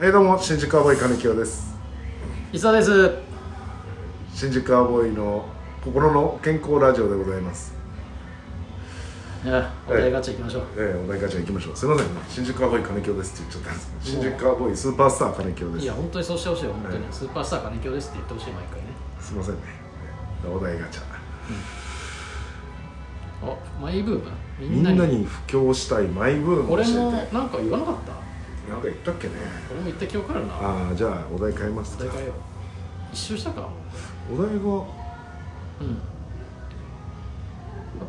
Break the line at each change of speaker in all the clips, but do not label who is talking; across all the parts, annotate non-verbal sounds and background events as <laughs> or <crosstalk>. えーどうも新宿アボーイ金清です
磯です
新宿アボーイの心の健康ラジオでございます
いやお題ガチャ行きましょう、
えー、お題ガチャ行きましょうすいません新宿アボーイ金清ですって言っちゃったんです新宿アボーイスーパースター金清で
い、
す
や本当にそうしてほしいよ本当に、
はい
スーパースター金京ですって言ってほしい毎回ね
すいませんねお題ガチャ
あマイブームみ
み
んなんに
なに布教したいマイブームを
俺
教えて
も
なんか
なんか言わなかった
言ったっけね
俺も言った記憶あるなお
ああじゃあお題変えますか
題変えよう一周したか
お題が
うんあ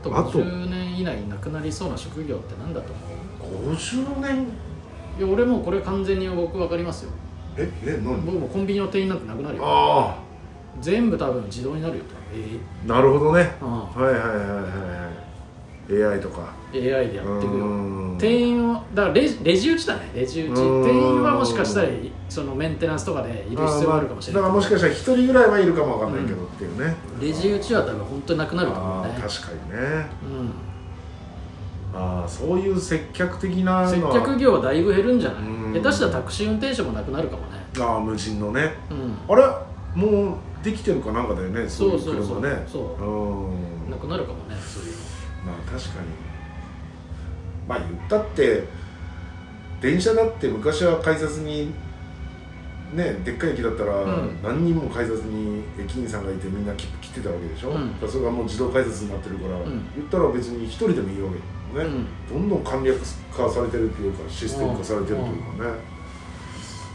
と
あと
50年以内になくなりそうな職業って何だと思
50年
ういや俺もうこれ完全に僕分かりますよ
ええ何
僕もコンビニの店員なんてなくなるよ
あ
全部多分自動になるよえ
あなるほどね
えうん
はいはいはいはいはい AI とか
AI でやっていくよ
うん
店員をだからレジレジ打ちだねレジ打ち
うん
店員はもしかしたらいそのメンテナンスとかでいる必要があるかもしれ
あ
な
ま
い
あだからもしかしたら一人ぐらいはいるかもわかんないけどっていうね、
レジ打ちは多分本当になくなると思
あ
う
あ
ね
確かにね
うん
ああそういう接客的な
接
のは
客業はだいぶ減るんじゃ
うん
ない下手したらタクシー運転手もなくなるかもね
ああ無人のね
うん
あれもうできてるかなんかだよねそういう
そうそうそう
車ね
そうんなくなるかもねそういうの
まあ確かにまあ言ったって電車だって昔は改札にねでっかい駅だったら
ん
何人も改札に駅員さんがいてみんな切符切ってたわけでしょ、
うん
だからそれがもう自動改札になってるから、
ん
言ったら別に一人でもいいわけだよね、どんどん簡略化されてるというかシステム化されてるというかね、あ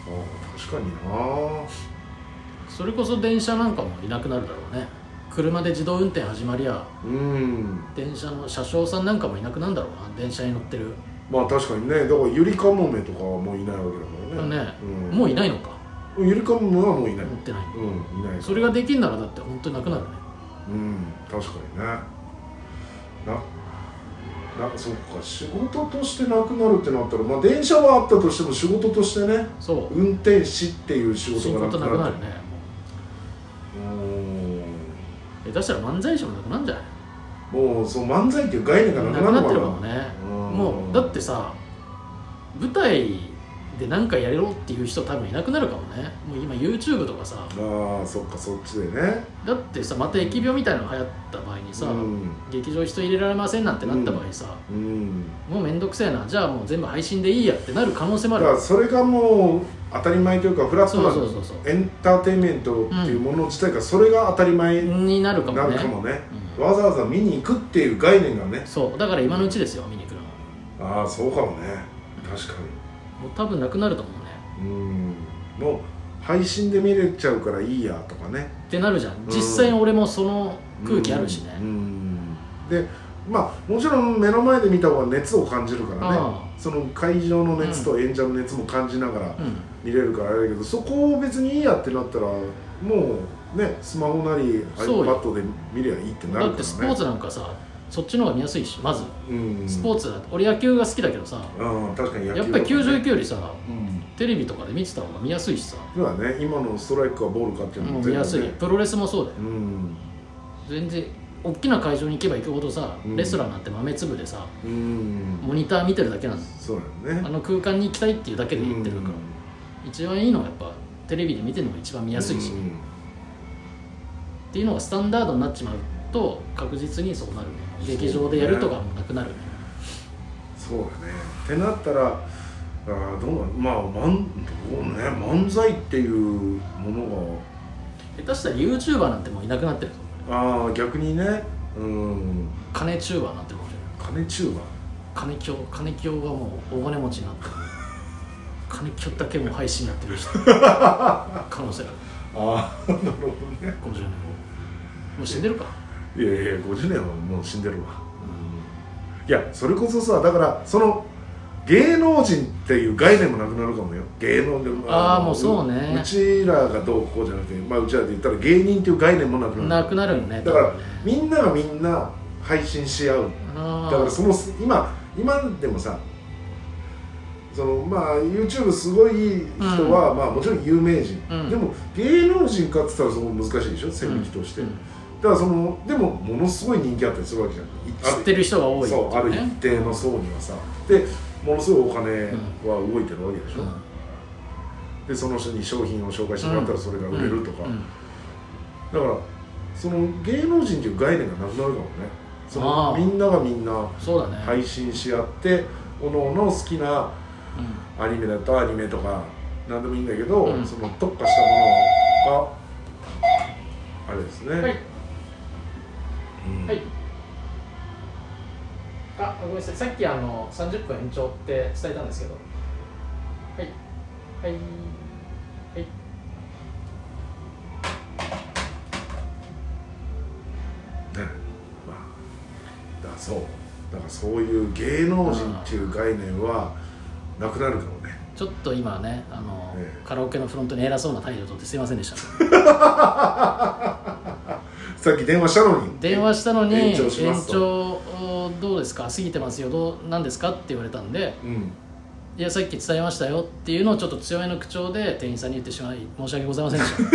あ確かにな
それこそ電車なんかもいなくなるだろうね車で自動運転始まりゃ
うん
電車の車掌さんなんかもいなくなるんだろうな電車に乗ってる
まあ確かにねだからゆりかもめとかはもういないわけだからね
ね
うん、
もういないのか
ゆりかもめはもういない
乗ってない
うんいない
それができんならだって本当になくなるね
うん確かにねななそっか仕事としてなくなるってなったらまあ電車はあったとしても仕事としてね
そう
運転士っていう仕
仕
事がな
事
く
な
な
く
る
なるね下手したら漫才師もなくなるんじゃないう
ーんもうそう漫才っていう概念がな
な
く
く
な
な
るの
っ
か
てる
な
かもね
うん
もうだってさ舞台で何かやれろっていう人多分いなくなるかもねもう今 YouTube とかさ
ああそっかそっちでね
だってさまた疫病みたいなのが流行った場合にさ、
うん
劇場人入れられませんなんてなった場合さ、
うん
もうめんどくせえなじゃあもう全部配信でいいやってなる可能性も
だ
あ
か
る
らそれがもう当たり前というかフラット
そ
な
うそうそうそう
エンターテインメントっていうもの自体がそれが当たり前に
になるかも
なる
ね
かもね
う
わざわざ見に行くっていう概念がね
そうだから今のうちですよ見に来るのも
ああそうかもね確か
う多分なくなると思う
に
ね
うんもう配信で見れちゃうからいいやとかね
ってなるじゃん実際に俺もその空気あるしね、
うんうんでまあもちろん目の前で見た方が熱を感じるからね
あ
その会場の熱と演者の熱も感じながら
うん
見れるからあれだけどそこを別にいいやってなったらもうねスマホなり
そうよ
iPad で見りゃいいってな
だ
るから
っ
ね
てスポーツなんかさそっちの方が見やすいしまず
うん
スポーツだと、俺野球が好きだけどさ
うん確かに野球
やっぱり球場行
球
くよりさ
うん
テレビとかで見てた方が見やすいしさ
ではね今のストライクかボールかっていうの
も
も
う見やすい
ね
プロレスもそうだよ
うん
全然大きな会場に行けば行くほどさ
うん
レスラーなんて豆粒でさ
うん
モニター見てるだけなんです
そうだよ
あ
ね
の空間に行きたいっていうだけで行ってるから、
う
一番いいのはやっぱテレビで見てるのが一番見
ん
やすいし、
う
っ
ん
ていうのがスタンダードになっちまうと確実にそうなるね劇場でやるとかもなくなるね
そうだねってなったらあーどうなまあまんどうね漫才っていうもの
下手したら YouTuber なんてもういなくなってるぞ
がああ逆にねうん
金チューバーになってるかもしれない
金チューバー
金京金京がもう大金持ちになってる金京だけもう配信や
<laughs>
ってる人可能性があ
ああなるほどね
る50年後もう死んでるか
いやいや50年はもう死んでるわ、いやそれこそさだからその芸能人っていう概念もなくなるかもよ芸能でも
あー
の
もうそうね
うちらがどうこうじゃなくてまあうちらで言ったら芸人っていう概念もなくなる
なくなるよね
だから
多分ね
みんながみんな配信し合う
あ
だ
ー
からその今今でもさそのまあ YouTube すごい人は、まあもちろん有名人、
うん
でも芸能人かっつったらそこ難しいでしょ線引きとして、
うん
だからそのでもものすごい人気あったりするわけじゃんあ
知ってる人が多い
そうある一定の層にはさでものすごいお金は動いてるわけでしょ、
うん
だでその人に商品を紹介してもらったらそれが売れるとか、
うんうん
だからその芸能人という概念がなくなるかもねそ
あ
の
ー
みんながみんな
そうだね、
配信し合っておのおの好きな
う
アニメだったらアニメとか何でもいいんだけど、
うん
その特化したものがあれですね、
ん、はい
うん
はいあごめんなさいさっきあの30分延長って伝えたんですけどはいはいはい
ねまあ、だそうだからそういう芸能人っていう概念はなくなるかもね
ちょっと今ねあの、
ええ
カラオケのフロントに偉そうな態度を取ってすいませんでした
さっき電話したのに
電話したのに
延長しますと
長どうですか過ぎてますよどうなんですか?」って言われたんで
うん <laughs>
「いやさっき伝えましたよ」っていうのをちょっと強めの口調で店員さんに言ってしまい申し訳ございませんでした
いや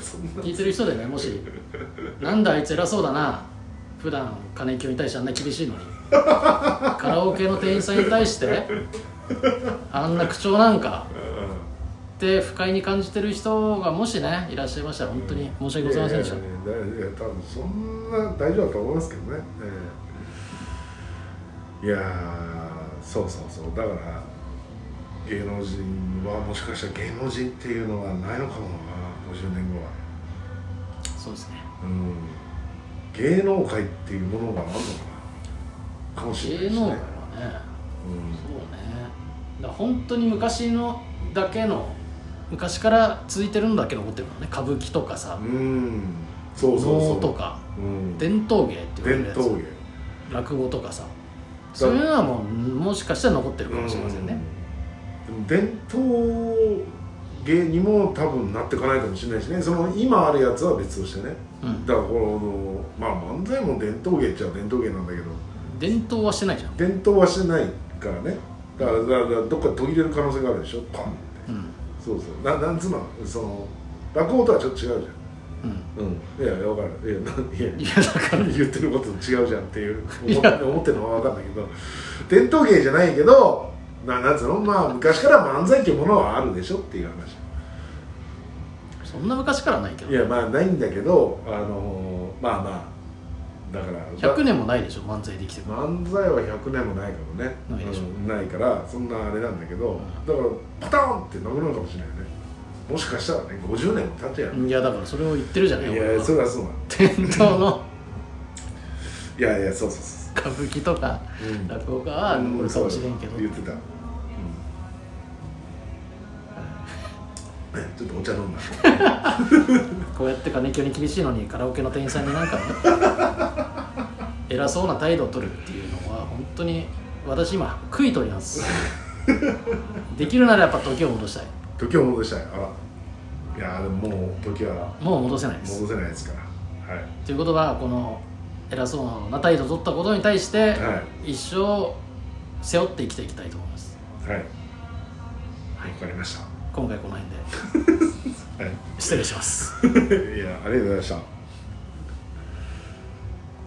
そんな
聞いてる人でねもし「なんだあいつ偉そうだな普段金井教に対してあんな厳しいのにカラオケの店員さんに対してあんな口調なんか」って不快に感じてる人がもしねいらっしゃいましたら本当に申し訳ございませんでした、
いやいやいやいや多分そんな大丈夫だと思いますけどね、ええいやーそうそうそうだから芸能人はもしかしたら芸能人っていうのはないのかもな50年後は
そうですね
うん芸能界っていうものがあるのかなかもしれない
芸
ですね
能界はねそうねだから本当に昔のだけの昔から続いてるんだけど思ってるからね歌舞伎とかさ
うん、うん、そうそうそう
能とか
うん、伝
伝統芸って言われるや
統
つ
芸
落語とかさそういうのはもうもしかしたら残ってるかもしれませんね、
うんでも伝統芸にも多分なっていかないかもしれないしねその今あるやつは別としてね
うん
だからこのまあ漫才も伝統芸っちゃ伝統芸なんだけど
伝統はしてないじゃん、
伝統はしてないからねだからだからどっかで途切れる可能性があるでしょパンって
うん
そうそうななんつうのその落語とはちょっと違うじゃん
うん、
うん、いや分かるいやないや
いやだから
言ってることと違うじゃんっていう
い
思っ
や
て思ってるのは分かんないけど伝統芸じゃないけどななんつうのまあ昔から漫才っていうものはあるでしょっていう話
そんな昔からはないけど
いやまあないんだけどあのーまあまあだから
100年もないでしょ漫才できてるの
漫才は100年もないかもね
ないでしょ
うんないからそんなあれなんだけど
うん
だからパターンってなくなるかもしれないよねもしかしたらね50年も経ってやる
いやだからそれを言ってるじゃない
い
俺
や
は
それはそうなの
伝統の
いやいやそうそうそ
歌舞伎とか
う、うん
落語家は残るかもしれんけど、
う言ってた、うん <laughs> ちょっとお茶飲んだ
こうやって金清に厳しいのにカラオケの店員さん
<laughs>
になんか偉そうな態度を取るっていうのは本当に私今悔いとりますできるならやっぱ時を戻したい
時を戻したいあらいやーでももう時は
もう戻せないです
戻せないですからはい
ということはこの偉そうな態度を取ったことに対して、
は
一生背負って生きていきたいと思います
はいはいわかりまし
今回この辺
た、
で
はい、
失礼します
いやありがとうございました <laughs>